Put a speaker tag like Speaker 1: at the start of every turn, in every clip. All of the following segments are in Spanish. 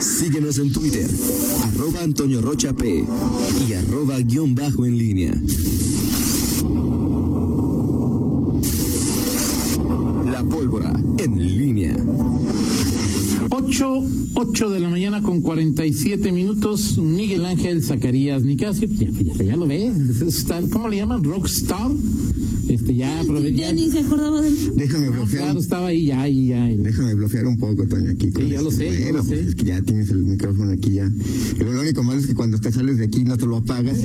Speaker 1: Síguenos en Twitter, arroba Antonio Rocha P y arroba guión bajo en línea. La pólvora en línea.
Speaker 2: 8, 8 de la mañana con 47 minutos, Miguel Ángel Zacarías Nicasio, ya, ya, ya lo ves, está- ¿cómo le llaman? Rockstar. Este, ya, aprove-
Speaker 3: Ya
Speaker 2: ya,
Speaker 3: ni se acordaba de él.
Speaker 4: Déjame bloquear.
Speaker 2: claro, estaba ahí, ya, ahí, ya. ahí.
Speaker 4: Déjame bloquear un poco, Toño, aquí. con
Speaker 2: Sí, ya lo sé,
Speaker 4: este.
Speaker 2: ya
Speaker 4: Bueno,
Speaker 2: lo
Speaker 4: pues
Speaker 2: sé.
Speaker 4: es que ya tienes el micrófono aquí ya. Pero lo único malo es que cuando te sales de aquí no te lo apagas.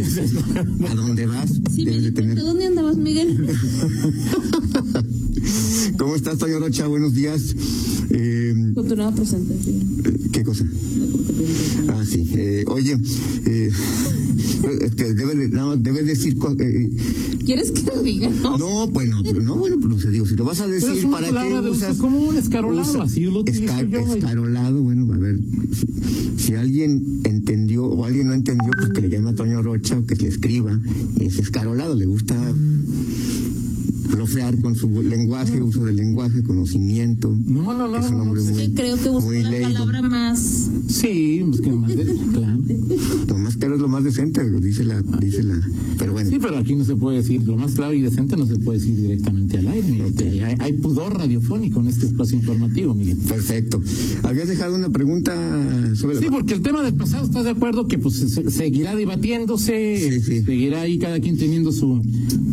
Speaker 4: ¿A dónde vas?
Speaker 3: Sí, me
Speaker 4: Debes de
Speaker 3: di cuenta.
Speaker 4: tener.
Speaker 3: ¿Dónde andabas, Miguel?
Speaker 4: ¿Cómo estás, Toño Rocha? Buenos días. Eh,
Speaker 3: Con tu nueva presentación.
Speaker 4: ¿Qué cosa? Ah, sí. Eh, oye, eh, es que debe, de- no, debe decir... co- eh,
Speaker 3: ¿Quieres que lo diga? No.
Speaker 4: no, bueno, pero no, bueno, pero se digo, si lo vas a
Speaker 2: Pero
Speaker 4: decir,
Speaker 2: es una
Speaker 4: ¿para
Speaker 2: palabra pues,
Speaker 4: qué
Speaker 2: de uso
Speaker 4: usas?
Speaker 2: común, escarolado, así lo utilizo
Speaker 4: Esca-
Speaker 2: yo, güey.
Speaker 4: Escarolado, bueno, a ver, si, si alguien entendió o alguien no entendió, pues que le llame a Toño Rocha o que le escriba. Es escarolado, le gusta profear con su lenguaje, uso del lenguaje, conocimiento.
Speaker 2: No, no, no,
Speaker 4: Es un
Speaker 2: no,
Speaker 4: hombre
Speaker 2: no,
Speaker 4: muy,
Speaker 3: Yo creo que busco
Speaker 4: muy
Speaker 3: la
Speaker 4: leído.
Speaker 3: palabra más.
Speaker 2: Sí, pues que nomás de- claro.
Speaker 4: Lo más claro es lo más decente, dice la, dice la. Pero bueno,
Speaker 2: Sí, pero aquí no se puede decir, lo más claro y decente no se puede decir directamente al aire. Miguel. Hay, hay pudor radiofónico en este espacio informativo, Miguel.
Speaker 4: perfecto. Habías dejado una pregunta sobre la.
Speaker 2: Sí, porque el tema del pasado, ¿estás de acuerdo? Que pues se- seguirá debatiéndose,
Speaker 4: Sí, sí.
Speaker 2: seguirá ahí cada quien teniendo su,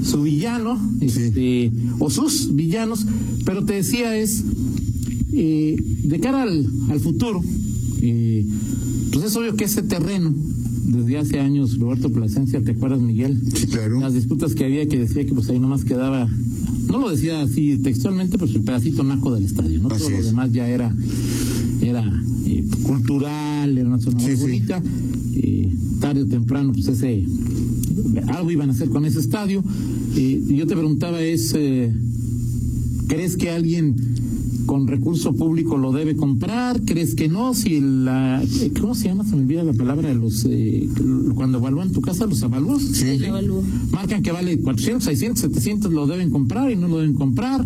Speaker 2: su villano, este, o sus villanos, pero te decía es, eh, de cara al, al futuro, eh, pues es obvio que ese terreno, desde hace años, Roberto Plasencia, ¿te acuerdas, Miguel?
Speaker 4: Sí, claro.
Speaker 2: Las disputas que había que decía que pues ahí nomás quedaba, no lo decía así textualmente, pues el pedacito naco del estadio, ¿no?
Speaker 4: Así
Speaker 2: Todo lo
Speaker 4: es.
Speaker 2: demás ya era, era eh, cultural, era una zona
Speaker 4: Sí,
Speaker 2: muy
Speaker 4: sí.
Speaker 2: bonita. eh, tarde o temprano, pues ese algo iban a hacer con ese estadio. eh, y yo te preguntaba es eh, ¿crees que alguien con recurso público lo debe comprar? ¿Crees que no? Si la eh, ¿cómo se llama? Se me olvida la palabra de los eh, cuando evalúan tu casa, los avalúos.
Speaker 4: Sí.
Speaker 3: Lo evalúo.
Speaker 2: Marcan que vale 400, 600, 700, lo deben comprar y no lo deben comprar.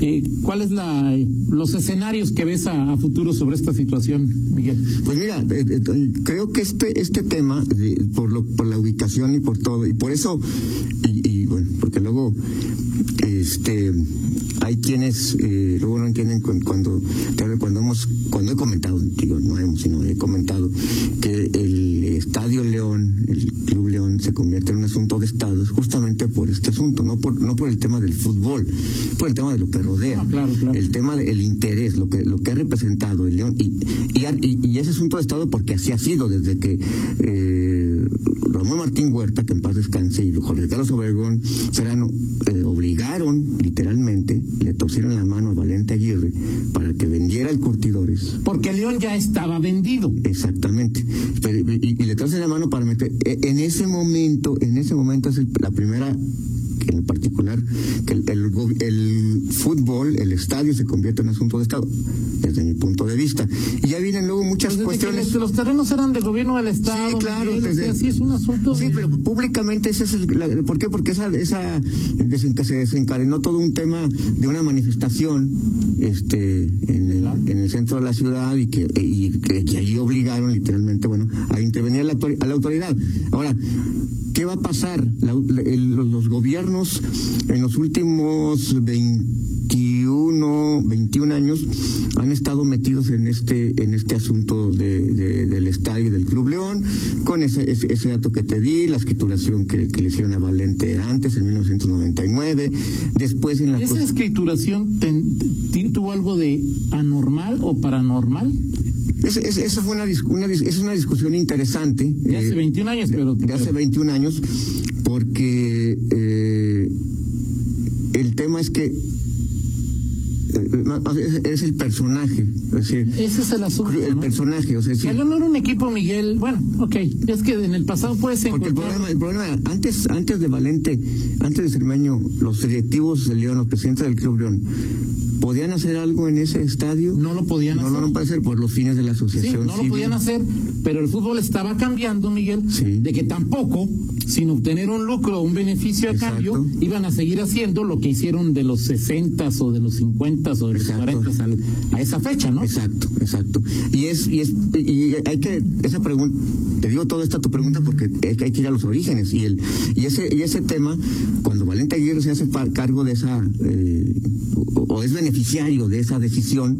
Speaker 2: Eh, ¿Cuál es la, los escenarios que ves a, a futuro sobre esta situación, Miguel?
Speaker 4: Pues mira, eh, eh, eh, creo que este este tema, eh, por, lo, por la ubicación y por todo, y por eso, y, y, bueno, porque luego este hay quienes eh, luego no entienden cu- cuando claro, cuando hemos cuando he comentado digo no hemos sino he comentado que el estadio León el club León se convierte en un asunto de estado justamente por este asunto no por no por el tema del fútbol por el tema de lo que rodea
Speaker 2: Ah, claro, claro.
Speaker 4: el tema del interés, lo que, lo que ha representado el León, y, y, y- y ese asunto de Estado porque así ha sido desde que eh, Ramón Martín Huerta, que en paz descanse, y Jorge Carlos Obregón Serrano eh, obligaron literalmente, le torcieron la mano a Valente Aguirre para que vendiera el Curtidores.
Speaker 2: Porque León ya estaba vendido.
Speaker 4: Exactamente. Pero- y, y le torcen la mano para meter. e- En ese momento, en ese momento es el- la primera, en particular, que el, el go- el fútbol, el estadio se convierte en asunto de Estado, desde mi punto de vista. Y ya vienen luego muchas
Speaker 2: Pues desde que
Speaker 4: cuestiones.
Speaker 2: les- los terrenos eran del gobierno del Estado.
Speaker 4: Sí, claro.
Speaker 2: Miguel, o sea,
Speaker 4: desde-
Speaker 2: sí es un asunto.
Speaker 4: Sí,
Speaker 2: de-
Speaker 4: pero públicamente ese es el, la- ¿Por qué? Porque esa, esa desenca- se desencadenó todo un tema de una manifestación este, en, el, en el centro de la ciudad y que, y, que- que allí obligaron literalmente bueno, a intervenir a la, autor- a la autoridad. Ahora, ¿qué va a pasar? La- la- el- los, los gobiernos en los últimos 21, 21 años han estado metidos en este, en este asunto de- de- del estadio y del Club León, con ese, ese, ese dato que te di, la escrituración que, que le hicieron a Valente antes, en 1999, después en la...
Speaker 2: ¿Esa
Speaker 4: cos-
Speaker 2: escrituración ten- ti- tuvo algo de anormal o paranormal?
Speaker 4: Es- es- esa fue una, dis- una dis- es una discusión interesante.
Speaker 2: De hace
Speaker 4: eh,
Speaker 2: 21 años, pero.
Speaker 4: de hace 21 años, porque eh, el tema es que eh, más- más es, es el personaje, es decir,
Speaker 2: Ese es el asunto.
Speaker 4: el
Speaker 2: ¿no?
Speaker 4: personaje, o sea, es
Speaker 2: Que
Speaker 4: decir,
Speaker 2: León era un equipo, Miguel. Bueno, ok. Es que en el pasado puedes
Speaker 4: Porque el
Speaker 2: encontrar.
Speaker 4: problema, el problema era, antes, antes de Valente, antes de Cermeño, los directivos de León, los presidentes del Club León, ¿podían hacer algo en ese estadio?
Speaker 2: No lo podían
Speaker 4: No,
Speaker 2: hacer.
Speaker 4: no, no puede ser por los fines de la
Speaker 2: Sí,
Speaker 4: asociación.
Speaker 2: no lo
Speaker 4: civil.
Speaker 2: podían hacer, pero el fútbol estaba cambiando, Miguel,
Speaker 4: Sí.
Speaker 2: de que tampoco, sin obtener un lucro o un beneficio a
Speaker 4: Exacto.
Speaker 2: cambio, iban a seguir haciendo lo que hicieron de los 60 o de los 50 o de los
Speaker 4: Exacto.
Speaker 2: 40 a esa fecha, ¿no?
Speaker 4: Exacto, Exacto. Y es, y es, y hay que, esa pregunta, te digo toda esta tu pregunta porque es que hay que ir a los orígenes. Y el, y ese, y ese tema, cuando Valente Aguirre se hace par- cargo de esa, eh, o, o es beneficiario de esa decisión,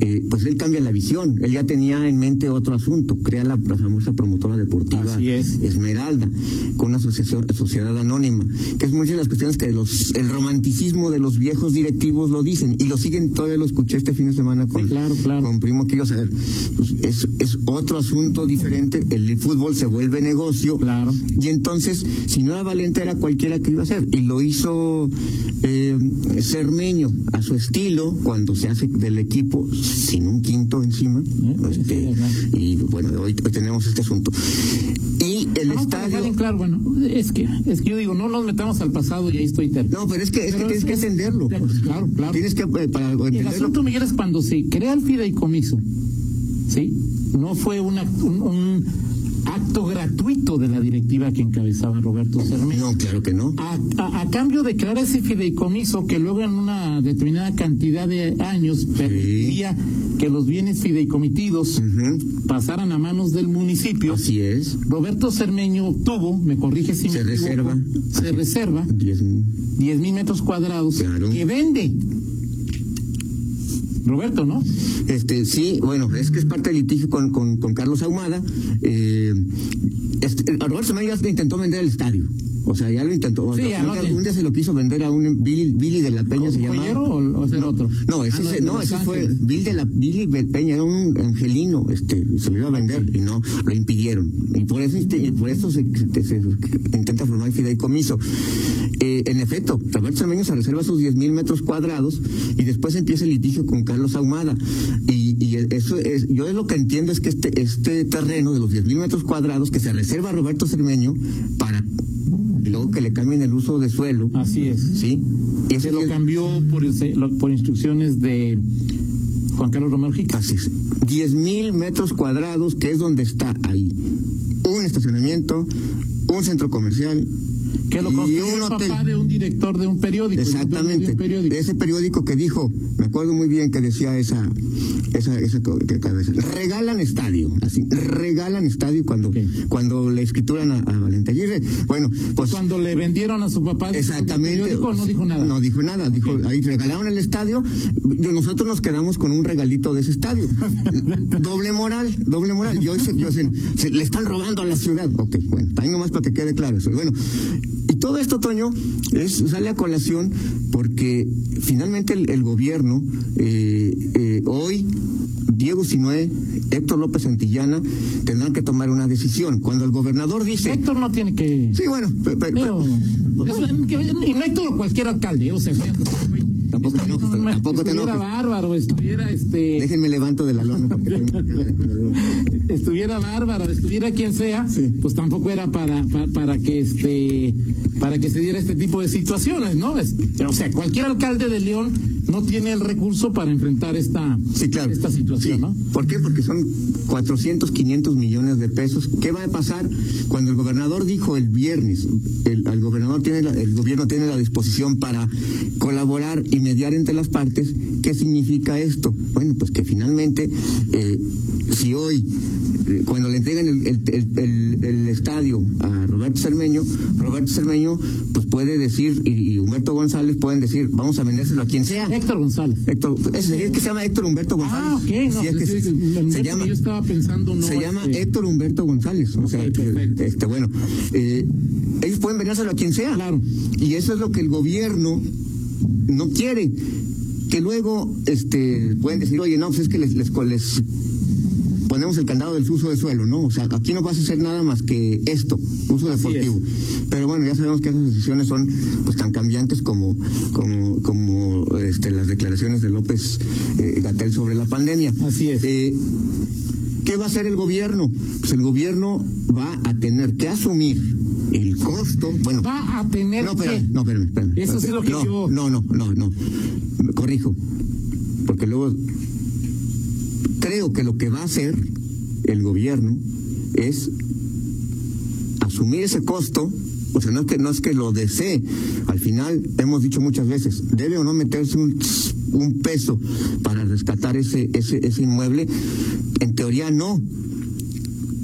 Speaker 4: eh, pues él cambia la visión. Él ya tenía en mente otro asunto, crea la, la famosa promotora deportiva
Speaker 2: Así es.
Speaker 4: Esmeralda, con una asociación, sociedad anónima, que es muchas de las cuestiones que los, el romanticismo de los viejos directivos lo dicen, y lo siguen, todavía lo escuché este fin de semana con,
Speaker 2: Sí, claro, claro.
Speaker 4: con primo que iba a saber. Pues es, es otro asunto diferente, el fútbol se vuelve negocio,
Speaker 2: Claro.
Speaker 4: y entonces, si no era Valente, era cualquiera que iba a ser. Y lo hizo eh, Cermeño a su estilo, cuando se hace del equipo sin un quinto encima.
Speaker 2: Eh, sí,
Speaker 4: Este,
Speaker 2: ajá.
Speaker 4: y bueno, hoy, hoy tenemos este asunto. Y el
Speaker 2: Vamos a dejar
Speaker 4: estadio.
Speaker 2: bien claro, bueno, es que, es que yo digo, no nos metamos al pasado y ahí estoy terco.
Speaker 4: No, pero es que, es que
Speaker 2: Pero es-
Speaker 4: tienes que entenderlo.
Speaker 2: Claro, claro.
Speaker 4: Tienes que, eh, para
Speaker 2: El
Speaker 4: entenderlo,
Speaker 2: asunto, Miguel, es cuando se crea el fideicomiso, ¿sí? No fue una- un, un acto gratuito de la directiva que encabezaba Roberto Cermeño.
Speaker 4: No, claro que no.
Speaker 2: A, a- a cambio de crear ese fideicomiso que luego en una determinada cantidad de años permitía que los bienes fideicomitidos
Speaker 4: Ujú,
Speaker 2: pasaran a manos del municipio,
Speaker 4: Así es.
Speaker 2: Roberto Cermeño obtuvo, me corrige si
Speaker 4: Se
Speaker 2: me equivoco,
Speaker 4: reserva.
Speaker 2: se reserva
Speaker 4: Diez mil.
Speaker 2: 10 mil metros cuadrados
Speaker 4: Claro.
Speaker 2: que vende. Roberto, ¿no?
Speaker 4: Este, sí, bueno, es que es parte del litigio con, con, con Carlos Ahumada. Eh, este, a Roberto Mayer ya intentó vender el estadio. O sea, ya lo intentó.
Speaker 2: Sí,
Speaker 4: O sea,
Speaker 2: ya,
Speaker 4: un
Speaker 2: no,
Speaker 4: día-
Speaker 2: sí.
Speaker 4: un día se lo quiso vender a un Billy, Billy de la Peña, se llama.
Speaker 2: ¿Compañero o, o es el otro?
Speaker 4: No, ese,
Speaker 2: Ah,
Speaker 4: se-
Speaker 2: es de
Speaker 4: no,
Speaker 2: Los
Speaker 4: ese fue
Speaker 2: Ángeles.
Speaker 4: Bill de la Billy de Peña, era un angelino, este, se lo iba a vender y no, lo impidieron. Y por eso, este, y por eso se, se- se intenta formar el fideicomiso. Eh, en efecto, Roberto Cermeño se reserva sus 10 mil metros cuadrados y después empieza el litigio con Carlos Ahumada. Y, y e, eso es, yo lo que entiendo es que este, este terreno de los 10 mil metros cuadrados que se reserva a Roberto Cermeño para luego que le cambien el uso de suelo,
Speaker 2: Así es.
Speaker 4: ¿sí? Y ese
Speaker 2: Se lo
Speaker 4: es-
Speaker 2: cambió por, ese- lo- por instrucciones de Juan Carlos Romero Jica.
Speaker 4: Así es. 10 mil metros cuadrados, que es donde está ahí. Un estacionamiento, un centro comercial.
Speaker 2: Que lo
Speaker 4: y
Speaker 2: construyó
Speaker 4: un
Speaker 2: el
Speaker 4: hotel.
Speaker 2: papá de un director de un periódico. el dueño De
Speaker 4: Exactamente.
Speaker 2: un periódico.
Speaker 4: Ese periódico que dijo, me acuerdo muy bien que decía esa, esa, esa co- que cabeza. Regalan estadio. Así, regalan estadio cuando,
Speaker 2: Ok.
Speaker 4: cuando le escrituran a, a Valente Aguirre. Bueno, pues.
Speaker 2: Cuando le vendieron a su papá el
Speaker 4: Exactamente.
Speaker 2: periódico, no dijo nada.
Speaker 4: No dijo nada. Dijo,
Speaker 2: Ok.
Speaker 4: ahí regalaron el estadio. yo- Nosotros nos quedamos con un regalito de ese estadio. doble moral, doble moral. Y hoy se, yo se- se- le están robando a la ciudad. Ok, bueno, ahí nomás para que quede claro eso. Bueno, y todo esto, Toño, es, sale a colación porque finalmente el, el gobierno, eh, eh, hoy, Diego Sinue, Héctor López Santillana, tendrán que tomar una decisión. Cuando el gobernador dice.
Speaker 2: Héctor no tiene que.
Speaker 4: Sí, bueno, pe- pe- pe-
Speaker 2: Digo, es- que- y no Héctor o cualquier alcalde. O sea,
Speaker 4: Tampoco te enojes,
Speaker 2: pues,
Speaker 4: tampoco te
Speaker 2: estuviera
Speaker 4: enojes.
Speaker 2: bárbaro, estuviera este.
Speaker 4: Déjenme levanto de la lona porque tengo que-
Speaker 2: estuviera Bárbara, estuviera quien sea,
Speaker 4: Sí.
Speaker 2: pues tampoco era para, pa- para, que este para que se diera este tipo de situaciones, ¿no? Es- o sea, cualquier alcalde de León no tiene el recurso para enfrentar esta,
Speaker 4: Sí, claro.
Speaker 2: esta situación,
Speaker 4: Sí.
Speaker 2: ¿no?
Speaker 4: ¿Por qué? Porque son 400, 500 millones de pesos. ¿Qué va a pasar cuando el gobernador dijo el viernes? El, el gobernador tiene la- el gobierno tiene la disposición para colaborar y mediar entre las partes. ¿Qué significa esto? Bueno, pues que finalmente, eh, si hoy, eh, cuando le entregan el, el- el- el- el estadio a Roberto Cermeño, Roberto Cermeño pues puede decir, y, y Humberto González pueden decir, vamos a vendérselo a quien sea.
Speaker 2: Héctor González.
Speaker 4: Héctor, es, es que se llama Héctor Humberto González.
Speaker 2: Ah, ok, no,
Speaker 4: Sí, es que
Speaker 2: es
Speaker 4: se,
Speaker 2: decir, el- el-
Speaker 4: se
Speaker 2: el-
Speaker 4: llama,
Speaker 2: yo estaba pensando, no.
Speaker 4: se llama
Speaker 2: este,
Speaker 4: Héctor Humberto González. O sea,
Speaker 2: Ok, perfecto.
Speaker 4: este, bueno, eh, ellos pueden vendérselo a quien sea.
Speaker 2: Claro.
Speaker 4: Y eso es lo que el gobierno no quiere. Que luego este, pueden decir, oye, no, pues es que les, les, les ponemos el candado del uso de suelo, ¿no? O sea, aquí no vas a hacer nada más que esto, uso deportivo. Pero bueno, ya sabemos que esas decisiones son pues tan cambiantes como, como, como este, las declaraciones de López eh, Gatel sobre la pandemia.
Speaker 2: Así es.
Speaker 4: Eh, ¿Qué va a hacer el gobierno? Pues el gobierno va a tener que asumir el costo. Bueno,
Speaker 2: Va a tener
Speaker 4: no,
Speaker 2: que.
Speaker 4: espérame, no, espérame, espérame.
Speaker 2: Eso sí es lo que
Speaker 4: no,
Speaker 2: yo-
Speaker 4: No, no, no, no. Me Corrijo. Porque luego creo que lo que va a hacer el gobierno es asumir ese costo. O sea, no es que no es que lo desee. Al final hemos dicho muchas veces, debe o no meterse un un peso para rescatar ese, ese, ese inmueble? En teoría no.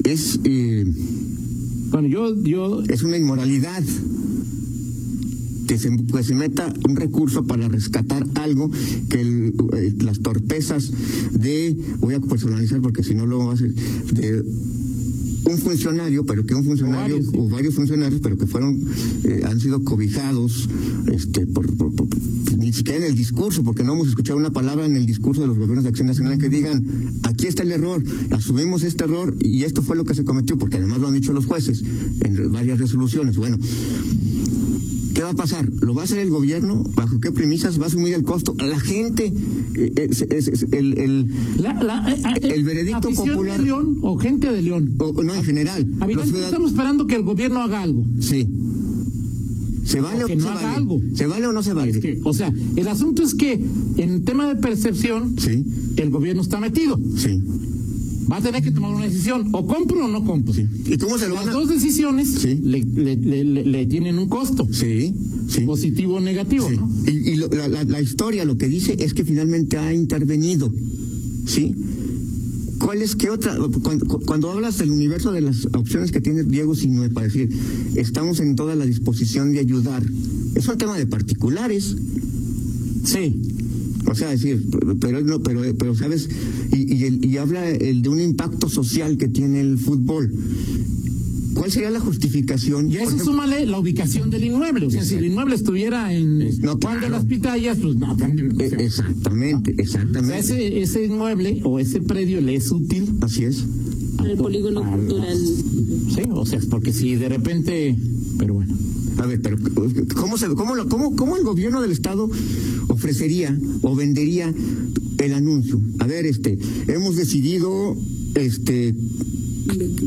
Speaker 4: Es, eh,
Speaker 2: Bueno, yo, yo
Speaker 4: es una inmoralidad que se, pues, se meta un recurso para rescatar algo que el- eh, las torpezas de, voy a personalizar porque si no luego va a ser, de un funcionario, pero que un funcionario,
Speaker 2: O
Speaker 4: o
Speaker 2: varios,
Speaker 4: varios,
Speaker 2: sí.
Speaker 4: funcionarios, pero que fueron, eh, han sido cobijados, este, por, por- por- ni siquiera en el discurso, porque no hemos escuchado una palabra en el discurso de los gobiernos de acción nacional que digan, aquí está el error, asumimos este error y esto fue lo que se cometió, porque además lo han dicho los jueces en varias resoluciones. Bueno, ¿Qué va a pasar? ¿Lo va a hacer el gobierno? ¿Bajo qué premisas va a asumir el costo? La gente, eh, es- es- es- el, el-
Speaker 2: La- la- eh, eh,
Speaker 4: El veredicto
Speaker 2: afición
Speaker 4: popular-
Speaker 2: de León o gente de León.
Speaker 4: o- no en general, los
Speaker 2: Habitantes,
Speaker 4: ciudadanos-
Speaker 2: estamos esperando que el gobierno haga algo.
Speaker 4: sí. ¿Se vale
Speaker 2: O
Speaker 4: o,
Speaker 2: que
Speaker 4: no
Speaker 2: no
Speaker 4: se
Speaker 2: haga
Speaker 4: vale?
Speaker 2: algo.
Speaker 4: ¿Se vale o no se vale?
Speaker 2: Es que, o sea, el asunto es que en tema de percepción,
Speaker 4: Sí,
Speaker 2: el gobierno está metido.
Speaker 4: sí.
Speaker 2: Va a tener que tomar una decisión. O compro o no compro.
Speaker 4: ¿Y cómo se lo van
Speaker 2: Las
Speaker 4: a...?
Speaker 2: dos decisiones
Speaker 4: Sí.
Speaker 2: le, le- le- le- le tienen un costo,
Speaker 4: Sí, sí.
Speaker 2: positivo o negativo.
Speaker 4: Sí.
Speaker 2: Pues, ¿no?
Speaker 4: Y, y lo- la, la- la historia lo que dice es que finalmente ha intervenido. ¿Sí? ¿Cuál es qué otra? Cuando, cuando hablas del universo de las opciones que tiene Diego Sinue para decir, estamos en toda la disposición de ayudar, es un tema de particulares.
Speaker 2: Sí.
Speaker 4: O sea, decir, pero no, pero, pero sabes, y, y el- y habla el de un impacto social que tiene el fútbol. ¿Cuál sería la justificación?
Speaker 2: Y a eso
Speaker 4: Por ejemplo,
Speaker 2: súmale la ubicación del inmueble. O sea, si el inmueble estuviera en Juan
Speaker 4: No,
Speaker 2: de
Speaker 4: claro.
Speaker 2: las Pitayas, pues no. también, o sea,
Speaker 4: eh, Exactamente,
Speaker 2: o sea,
Speaker 4: exactamente.
Speaker 2: ese, ese inmueble o ese predio le es útil
Speaker 4: Así es.
Speaker 3: En el polígono
Speaker 2: Ah,
Speaker 3: cultural.
Speaker 2: Sí, o sea, es porque si de repente, pero bueno.
Speaker 4: A ver, pero ¿cómo, se, cómo, lo- cómo, cómo el gobierno del Estado ofrecería o vendería el anuncio? A ver, este, hemos decidido este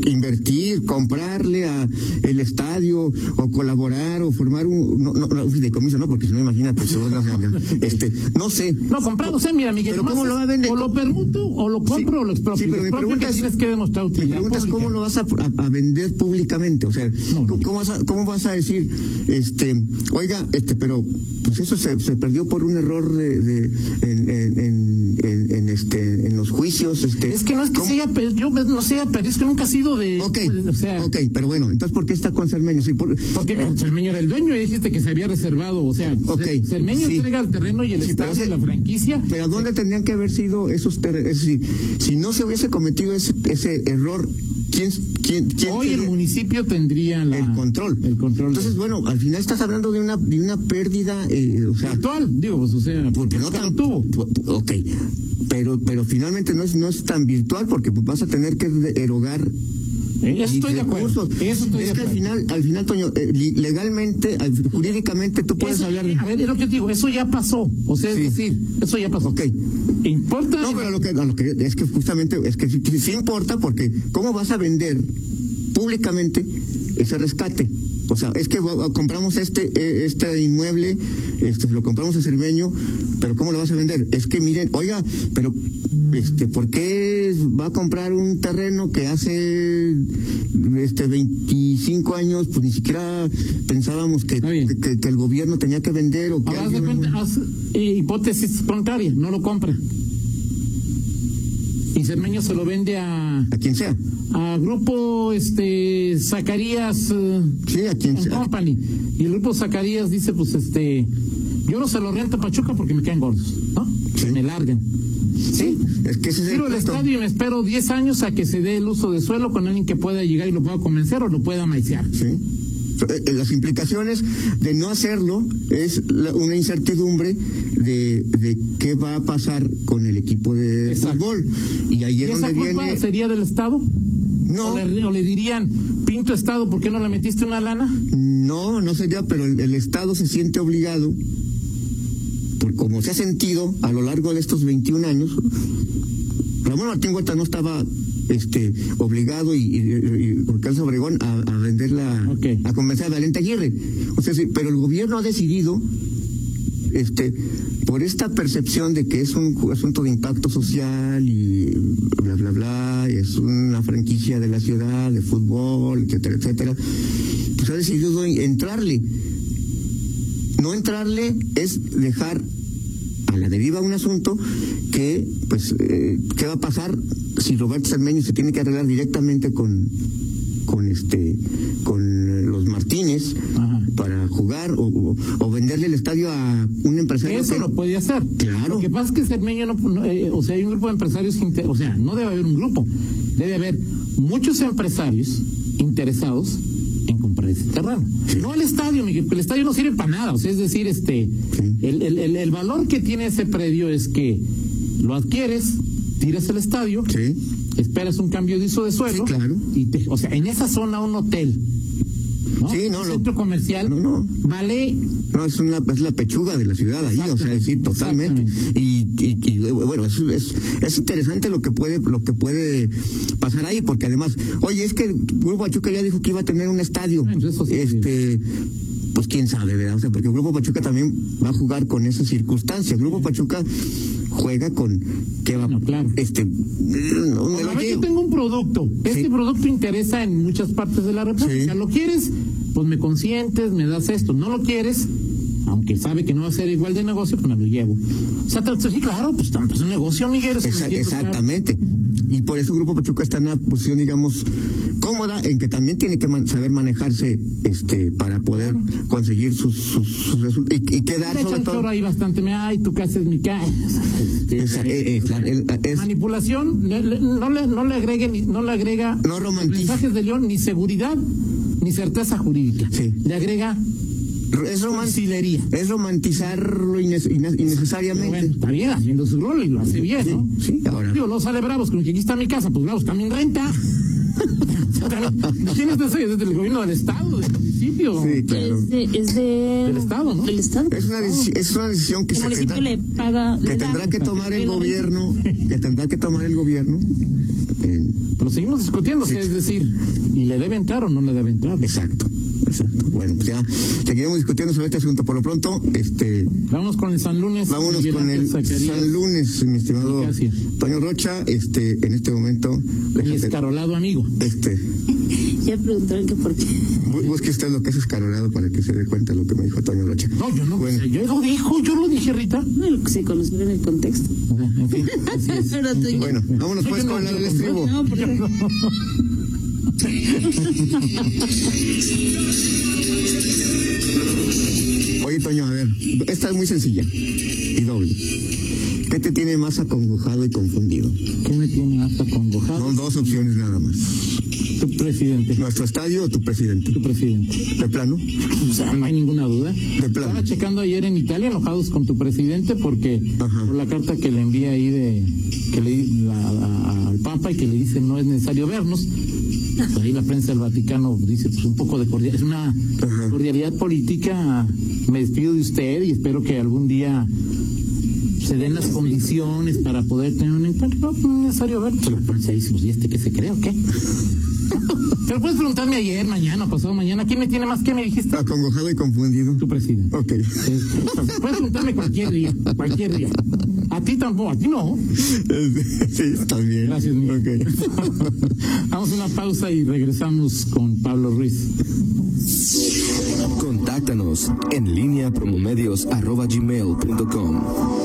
Speaker 4: invertir, comprarle a el estadio o colaborar o formar un no, no, no, un fideicomiso, no, porque si no imagínate, se van a- este, no sé.
Speaker 2: No, comprado, o sea, mira, Miguel,
Speaker 4: Pero
Speaker 2: nomás
Speaker 4: ¿cómo lo va a
Speaker 2: es-
Speaker 4: vender?
Speaker 2: O lo permuto, o lo compro,
Speaker 4: Sí,
Speaker 2: o lo expropio.
Speaker 4: sí, pero mi
Speaker 2: Expropio
Speaker 4: pregunta
Speaker 2: que
Speaker 4: es-
Speaker 2: tienes que demostrar
Speaker 4: Me
Speaker 2: utilidad
Speaker 4: preguntas
Speaker 2: pública.
Speaker 4: cómo lo vas a, a- a vender públicamente, o sea,
Speaker 2: No, no.
Speaker 4: ¿cómo vas a, cómo vas a decir, este, oiga, este, pero pues eso se, se perdió por un error de, de- en, en- en- en- en, este, en los juicios, este,
Speaker 2: Es que no es que
Speaker 4: ¿cómo?
Speaker 2: sea, pues, yo pues, no sé, pero es que nunca ha sido de...
Speaker 4: Ok,
Speaker 2: o sea,
Speaker 4: ok, pero bueno, entonces ¿por qué está con Cermeño? Sí, por-
Speaker 2: Porque el Cermeño era el dueño y dijiste que se había reservado, o sea,
Speaker 4: Ok,
Speaker 2: el Cermeño
Speaker 4: sí.
Speaker 2: entrega el terreno y el
Speaker 4: Sí,
Speaker 2: estado
Speaker 4: pero
Speaker 2: y
Speaker 4: ese-
Speaker 2: la franquicia.
Speaker 4: Pero ¿dónde tendrían que haber sido esos ter- es decir, si no se hubiese cometido ese, ese error, ¿quién, quién, quién
Speaker 2: Hoy el
Speaker 4: sería?
Speaker 2: municipio tendría la-
Speaker 4: el control.
Speaker 2: El control.
Speaker 4: Entonces, bueno, al final estás hablando de una, de una pérdida, eh, o sea,
Speaker 2: actual, digo, pues, o sea,
Speaker 4: porque no
Speaker 2: nunca
Speaker 4: tan
Speaker 2: lo tuvo.
Speaker 4: pu- Ok, pero, pero finalmente no es, no es tan virtual porque pues, vas a tener que de- erogar.
Speaker 2: Eh, Eso estoy de acuerdo.
Speaker 4: recursos.
Speaker 2: Eso estoy
Speaker 4: es
Speaker 2: de
Speaker 4: que
Speaker 2: acuerdo.
Speaker 4: al final, al final, Toño, eh, li- legalmente, al- jurídicamente, tú puedes
Speaker 2: Eso-
Speaker 4: hablar.
Speaker 2: Pues, eh, A ver, es lo que te digo, eso ya pasó. O sea,
Speaker 4: Sí.
Speaker 2: es decir, eso ya pasó.
Speaker 4: Ok.
Speaker 2: Importa. eh,
Speaker 4: No, pero lo que, a lo que- es que justamente es que sí, sí importa porque ¿cómo vas a vender públicamente ese rescate? O sea, es que va- compramos este eh, este inmueble, este, lo compramos a Cermeño, pero ¿cómo lo vas a vender? Es que miren, oiga, pero este, ¿por qué va a comprar un terreno que hace este 25 años pues ni siquiera pensábamos que,
Speaker 2: Está bien.
Speaker 4: que, que- que el gobierno tenía que vender o que
Speaker 2: Ahora haz de
Speaker 4: alguien-
Speaker 2: cuenta, haz, eh, hipótesis contraria, no lo compra. Y Cermeño se lo vende a,
Speaker 4: a quien sea?
Speaker 2: a grupo este Zacarías eh,
Speaker 4: Sí, a quien
Speaker 2: and
Speaker 4: sea.
Speaker 2: Company. Y el grupo Zacarías dice, pues este, yo no se lo rento a Pachuca porque me quedan gordos, ¿no?
Speaker 4: Sí.
Speaker 2: Me largan.
Speaker 4: Sí, es que ese es
Speaker 2: Tiro el
Speaker 4: punto.
Speaker 2: estadio y me espero 10 años a que se dé el uso de suelo con alguien que pueda llegar y lo pueda convencer o lo pueda maiciar.
Speaker 4: Sí. Eh, eh, Las implicaciones de no hacerlo es la- una incertidumbre de, de qué va a pasar con el equipo de
Speaker 2: Exacto.
Speaker 4: fútbol. Y ahí
Speaker 2: ¿Y
Speaker 4: es
Speaker 2: esa
Speaker 4: donde
Speaker 2: culpa
Speaker 4: viene.
Speaker 2: sería del Estado?
Speaker 4: No,
Speaker 2: ¿O le, o le dirían, pinto Estado, ¿por qué no le metiste una lana?
Speaker 4: no, no sería, pero el, el Estado se siente obligado, por como se ha sentido a lo largo de estos 21 años. Ramón Martín Huerta no estaba este, obligado y, y, y- por Carlos Obregón a, a vender la,
Speaker 2: Ok.
Speaker 4: a convencer a Valente Aguirre. O sea, sí, pero el gobierno ha decidido este, por esta percepción de que es un ju- asunto de impacto social y bla, bla, bla, es una franquicia de la ciudad, de fútbol, etcétera, etcétera, pues ha decidido en- entrarle. No entrarle es dejar a la deriva un asunto que, pues, eh, ¿qué va a pasar si Roberto Cermeño se tiene que arreglar directamente con, con este, con eh, los Martínez
Speaker 2: Ajá.
Speaker 4: para jugar o, o- o venderle el estadio a un empresario?
Speaker 2: Eso
Speaker 4: que-
Speaker 2: lo podía hacer.
Speaker 4: Claro.
Speaker 2: Lo que pasa es que Cermeño no, no, eh, o sea, hay un grupo de empresarios, que inte- o sea, no debe haber un grupo, debe haber muchos empresarios interesados en comprar ese terreno. No el estadio, Miguel, porque el estadio no sirve para nada, o sea, es decir, este, el, el- el- el valor que tiene ese predio es que lo adquieres, tiras el estadio,
Speaker 4: Sí.
Speaker 2: esperas un cambio de uso de suelo,
Speaker 4: Sí, claro.
Speaker 2: y te- o sea, en esa zona un hotel. ¿no?
Speaker 4: Sí, no,
Speaker 2: un
Speaker 4: lo-
Speaker 2: centro comercial
Speaker 4: No, no.
Speaker 2: vale
Speaker 4: No, es, una, es la pechuga de la ciudad ahí, o sea, sí, totalmente. Y, y- y, bueno, es, es, es interesante lo que puede lo que puede pasar ahí, porque además, oye, es que Grupo Pachuca ya dijo que iba a tener un estadio.
Speaker 2: Ah, entonces eso sí.
Speaker 4: este pues quién sabe, ¿verdad? O sea, porque Grupo Pachuca también va a jugar con esa circunstancia. Grupo Pachuca juega con que va
Speaker 2: No, claro.
Speaker 4: este no, me lo
Speaker 2: Una vez yo
Speaker 4: llevo.
Speaker 2: tengo un producto, este
Speaker 4: Sí.
Speaker 2: producto interesa en muchas partes de la República.
Speaker 4: Sí.
Speaker 2: Lo quieres, pues me consientes, me das esto. No lo quieres, aunque sabe que no va a ser igual de negocio, pues me lo llevo. O sea, te- sí, claro, pues tanto es un negocio, Miguel.
Speaker 3: Pues,
Speaker 2: es que
Speaker 4: Exa-
Speaker 2: me siento, o sea,
Speaker 4: exactamente. Y por eso Grupo Pachuca está en una posición, digamos, cómoda, en que también tiene que man- saber manejarse este para poder conseguir sus, sus, sus resu- Y, y quedar
Speaker 2: Le
Speaker 4: sobre
Speaker 2: echan
Speaker 4: todo.
Speaker 2: choro ahí bastante, me, ay, tú qué haces, mi ca-".
Speaker 4: Esa- eh, eh, claro, el- es-
Speaker 2: Manipulación, le- le- no, le, no le agregue, ni- no le agrega
Speaker 4: No romantiza.
Speaker 2: mensajes de León, ni seguridad, ni certeza jurídica.
Speaker 4: Sí.
Speaker 2: Le agrega
Speaker 4: es, romanti-
Speaker 2: mancilería.
Speaker 4: es romantizarlo inne- inne-
Speaker 2: Pero
Speaker 4: innecesariamente.
Speaker 2: bueno, está bien, haciendo su rol y lo hace bien, ¿no?
Speaker 4: Sí, ahora.
Speaker 2: Digo, no sale Bravos, con que aquí está mi casa, pues Bravos también renta. Pero, ¿de ¿Quién está ese? ¿Es del gobierno del Estado, del municipio?
Speaker 3: pues,
Speaker 4: Sí, claro.
Speaker 3: Es, de, es de-
Speaker 2: Del Estado, ¿no?
Speaker 3: Del Estado.
Speaker 4: Es una, deci- es una decisión que
Speaker 3: El
Speaker 4: se
Speaker 3: municipio
Speaker 4: tendrá-
Speaker 3: le paga.
Speaker 4: que
Speaker 3: le da-
Speaker 4: tendrá que tomar el
Speaker 3: le da-
Speaker 4: gobierno, que tendrá que tomar el gobierno. eh,
Speaker 2: Pero seguimos discutiendo, o sea, es decir, ¿y le debe entrar o no le debe entrar?
Speaker 4: Exacto, exacto. Bueno, pues ya seguiremos discutiendo sobre este asunto. Por lo pronto, este,
Speaker 2: Vamos con el San Lunes.
Speaker 4: vámonos
Speaker 2: Miguel
Speaker 4: con el
Speaker 2: Ángel Zacarías,
Speaker 4: San Lunes, mi estimado
Speaker 2: Gracias.
Speaker 4: Toño Rocha. Este, en este momento,
Speaker 2: Mi
Speaker 4: déjate-
Speaker 2: escarolado amigo.
Speaker 4: este,
Speaker 3: Ya preguntaron que por qué.
Speaker 4: bu- busque usted lo que es escarolado para que se dé cuenta lo que me dijo Toño Rocha.
Speaker 2: No, yo no.
Speaker 4: Bueno.
Speaker 2: Yo lo dijo, yo lo dije, Rita.
Speaker 3: Bueno, Se conoció en el contexto.
Speaker 2: O sea, En fin. así es.
Speaker 3: Pero tú ya-
Speaker 4: Bueno, vámonos
Speaker 2: Yo
Speaker 4: pues
Speaker 2: no
Speaker 4: con la
Speaker 2: lo
Speaker 4: del estribo.
Speaker 3: No, porque
Speaker 4: Oye, Toño, a ver, esta es muy sencilla y doble. ¿Qué te tiene más acongojado y confundido?
Speaker 2: ¿Qué me tiene hasta congojado?
Speaker 4: Son dos opciones nada más.
Speaker 2: Tu presidente.
Speaker 4: ¿Nuestro estadio o tu presidente?
Speaker 2: Tu presidente.
Speaker 4: ¿De plano?
Speaker 2: O sea, no hay ninguna duda.
Speaker 4: plano.
Speaker 2: Estaba checando ayer en Italia, enojados con tu presidente, porque
Speaker 4: Ajá.
Speaker 2: por la carta que le envía ahí de que le di- la- a- al Papa y que le dice no es necesario vernos. Por ahí la prensa del Vaticano dice pues un poco de cordialidad, es una
Speaker 4: Ajá.
Speaker 2: cordialidad política. Me despido de usted y espero que algún día se den las condiciones para poder tener un encuentro. No, pues, no es necesario ver. Pero pues, ahí decimos, ¿y este que se cree o qué? Pero puedes preguntarme ayer, mañana, pasado mañana. ¿Quién me tiene más que me dijiste?
Speaker 4: Acongojado y confundido.
Speaker 2: Tu presidente.
Speaker 4: Ok.
Speaker 2: Este, Puedes preguntarme cualquier día, cualquier día. A ti tampoco, a ti no.
Speaker 4: sí, también.
Speaker 2: Gracias, Miguel.
Speaker 4: Ok.
Speaker 2: Vamos a una pausa y regresamos con Pablo Ruiz.
Speaker 1: Contáctanos en línea promomedios arroba gmail punto com.